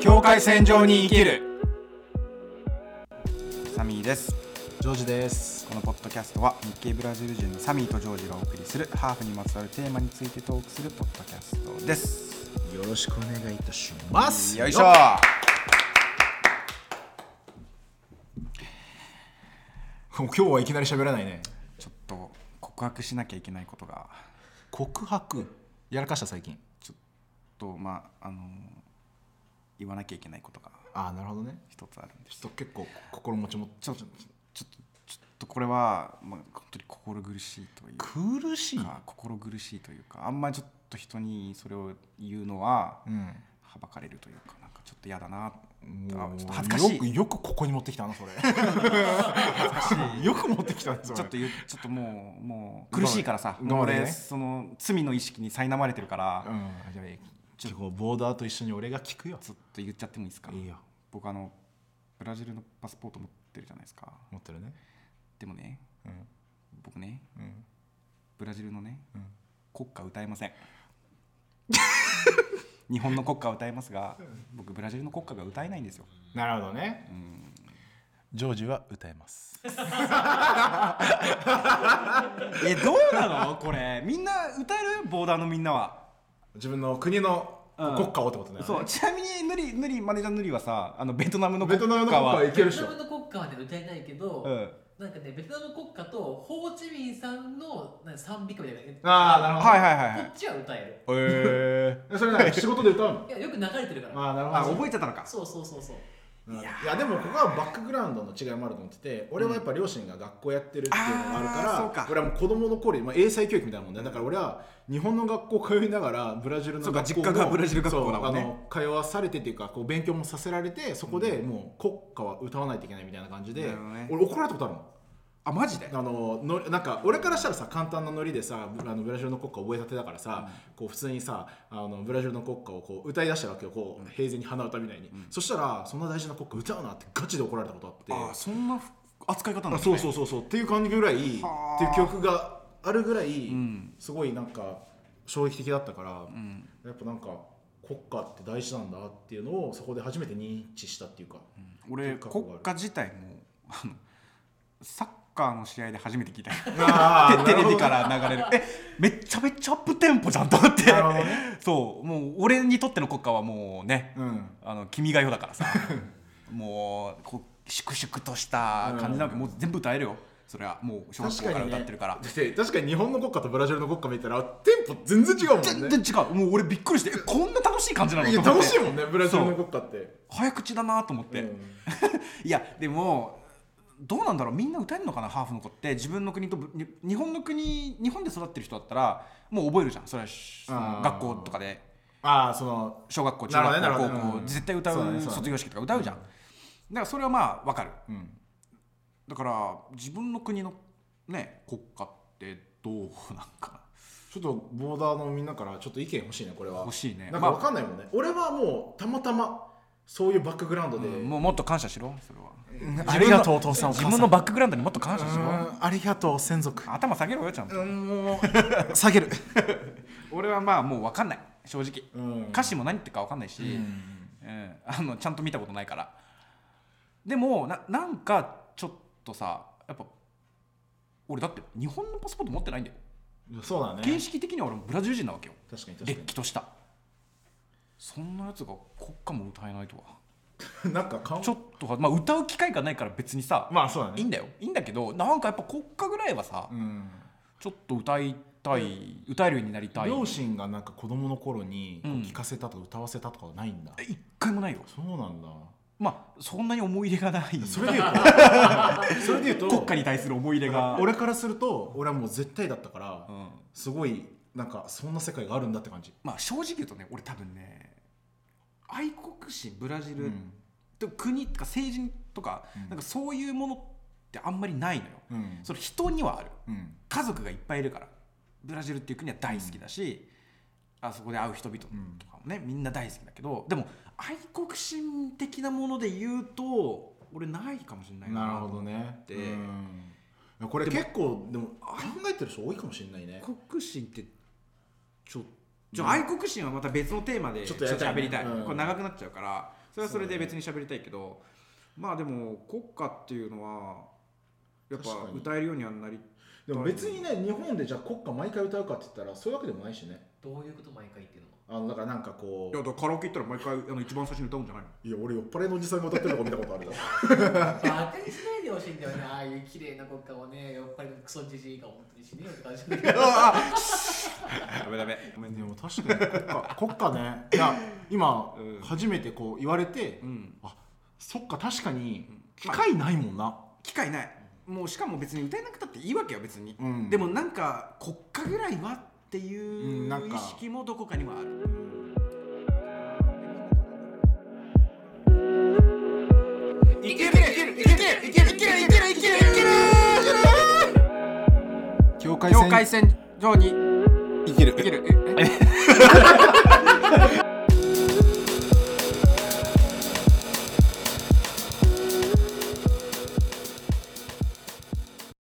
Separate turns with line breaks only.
境界線上に生きるサミーです
ジョージです。
このポッドキャストは日系ブラジル人のサミーとジョージがお送りするハーフにまつわるテーマについてトークするポッドキャストです
よろしくお願いいたします。
よいしょ
今日はいきなり喋らないね。
ちょっと告白しなきゃいけないことが
告白やらかした最近。
ちょっとまああの言わなきゃいけないことが
ああ、なるほどね。
一つあるんです
ちょっと結構心持ちも
ちょっとちょっとちょっとこれは、まあ、本当に心苦しいという
苦しい。
か心苦しいというかあんまりちょっと人にそれを言うのは
うん。
はばかれるというかなんかちょっと嫌だなあち
もう
ょっと恥ずかしい
よくよくここに持ってきたなそれ。よく持ってきたねそれ。
ちょっと言うちょっともうもう
我慢
苦しいからさ
我慢
もう俺、
ね
その罪の意識に苛まれてるから、
うん。じゃあちょっとボーダーと一緒に俺が聞くよ。
ちょっと言っちゃってもいいですか
いいよ。
僕あのブラジルのパスポート持ってるじゃないですか
持ってるね。
でもね
うん
僕ね
うん。
ブラジルのね、
うん
国歌歌えません日本の国歌は歌えますが僕ブラジルの国歌が歌えないんですよ
なるほどね。ジョージは歌えます。
えどうなのこれみんな歌えるボーダーのみんなは
自分の国の
うん
国歌をってことだよね。
そうちなみにヌリヌリマネージャーヌリはさあのベトナムの
ベ
国
ト
歌
ナムの国歌は
はい
ける
ベ
でし
ト
ょ
ナムの国歌はね歌えないけど、
うん
なんかねベトナム国歌とホーチミンさんのなんか賛美歌みたいな
あーなるほど
はいはいはいは
こ
い
っちは歌え
ええそれなんか仕事で歌 うの
るいやよく流れてるから、
ああな
あ
ね
覚えちゃったのか
そうそうそうそう
いやでもここはバックグラウンドの違いもあると思ってて俺はやっぱ両親が学校やってるっていうのがあるから
あーそうか
俺はもう子供の頃、まあ、英才教育みたいなもんねだから俺は日本の学校通いながらブラジルの
そう
学
か
校
実家がブラジル学校だ
そう
も
あ
んね
の通わされてっていうかこう勉強もさせられてそこでもう国歌は歌わないといけないみたいな感じで、
なるほどね
俺怒られたことあるもん
あマジで
あののなんか俺からしたらさ簡単なノリでさブあのブラジルの国歌を覚えたてだからさ、こう普通にさあのブラジルの国歌をこう歌い出したわけよこう、平然に鼻歌みたいに、そしたらそんな大事な国歌歌うなってガチで怒られたことあって
あそんなふ扱い方なん
あ
ですね
そうそうそうそうっていう感じぐらいっていう
はあ
記憶があるぐらい、
ん
すごいなんか衝撃的だったから、
ん
やっぱなんか国歌って大事なんだっていうのをそこで初めて認知したっていうか、
俺国歌自体もあのサッカーの試合で初めて聞いたよ
あ ー
テレビから流れるえめちゃめちゃアップテンポじゃんと思って
なるほどね
そうもう俺にとっての国歌はもうね、
うん
あの君が代だからさもうこう粛々とした感じなんかもう全部歌えるよそれはもう小学校から歌ってるから
だって確かに日本の国歌とブラジルの国歌見たらテンポ全然違うもんね
全然違うもう俺びっくりしてえこんな楽しい感じなの
いや
と思
楽
って
しいもんねブラジルの国歌って
早口だなと思って、
うん
いやでもどうなんだろうみんな歌えるのかなハーフの子って自分の国とぶに日本の国日本で育ってる人だったらもう覚えるじゃんそれはしその
あー
学校とかで
ああその
小学校中
なるほど
学校
ねなるほ
高
どね
校
うん
絶対歌う
そうだねそうだね
卒業式とか歌うじゃんだからそれはまあわかる
うん
だから自分の国のね国家ってどうなんかな
ちょっとボーダーのみんなからちょっと意見欲しいねこれは
欲しいね
なんかわかんないもんね、俺はもうたまたまそういうバックグラウンドで、
うんもうもっと感謝しろそれは
ありがとうお父さんお母
自
さん
分のバックグラウンドにもっと感謝し
う
ろ
ーんありがとう専属
頭下げろよちゃんと
うんもう下げる
俺はまあもう分かんない正直、
うん
歌詞も何言ってるか分かんないし、うんあのちゃんと見たことないからでもななんかちょっとさやっぱ俺だって日本のパスポート持ってないんだよ
そうだね
形式的には俺もブラジル人なわけよ
確かに
れっ
確
きとしたそんなやつが国歌も歌えないとは
かになんか顔
ちょっとはまあ歌う機会がないから別にさ、
まあそうだね
いいんだよいいんだけどなんかやっぱ国歌ぐらいはさ、
うん
ちょっと歌いたい、歌えるようになりたい
両親がなんか子供の頃に
うん
聞かせたとか歌わせたとかはないんだ、
え一回もないよ
そうなんだ
まあそんなに思い入れがない
それで言うと それで言うと
国家に対する思い入れが、
俺からすると俺はもう絶対だったから、
うん、
すごいなんかそんな世界があるんだって感じ、
まあ正直言うとね俺多分ね愛国心ブラジ
う
ル、と国とか政治とか、なんかそういうものってあんまりないのよ、
うん
それ人にはある
うん
家族がいっぱいいるからブラジルっていう国は大好きだし、あそこで会う人々とかもね、みんな大好きだけどでも愛国心的なもので言うと俺ないかもしれない
なるほどね
で
うんこれ結構でも考えてる人多いかもしれないね
愛国心ってちょちょ、愛国心はまた別のテーマでち
ちょ
ょ
っ
っ
と
と
やりたいね
喋りたい、
うん
これ長くなっちゃうからそれはそれで別に喋りたいけど、まあでも国歌っていうのはやっぱ
確かに
歌えるようにはなり
でも別にね日本でじゃあ国歌毎回歌うかって言ったらそういうわけでもないしね
どういうこと毎回っていうのは
あのだからなんかこ
いやだからカラオケ行ったら毎回あの一番最初に歌うんじゃない の
ういや俺酔っ払いのおじさんが歌ってるとこ見たことある だろ
バカにしないでほしいんだよねああいう綺麗な国家をねやっぱりクソじじいが本当に死ねよって感じだけど
ダメダメごめんね
でも確かに国歌国歌ねいや今
うん
初めてこう言われて
うん
そっか確かに
うん
機会ないもんな、
機会ないもうしかも別に歌えなくたっていいわけよ別に、
うん
でもなんか国歌ぐらいはって
う
い
んなん
う
か
意識もどこかにはある、いけるいけるいけるいけるいけるいけるいけるいける
境界
境界線上に
生きる
いけるええ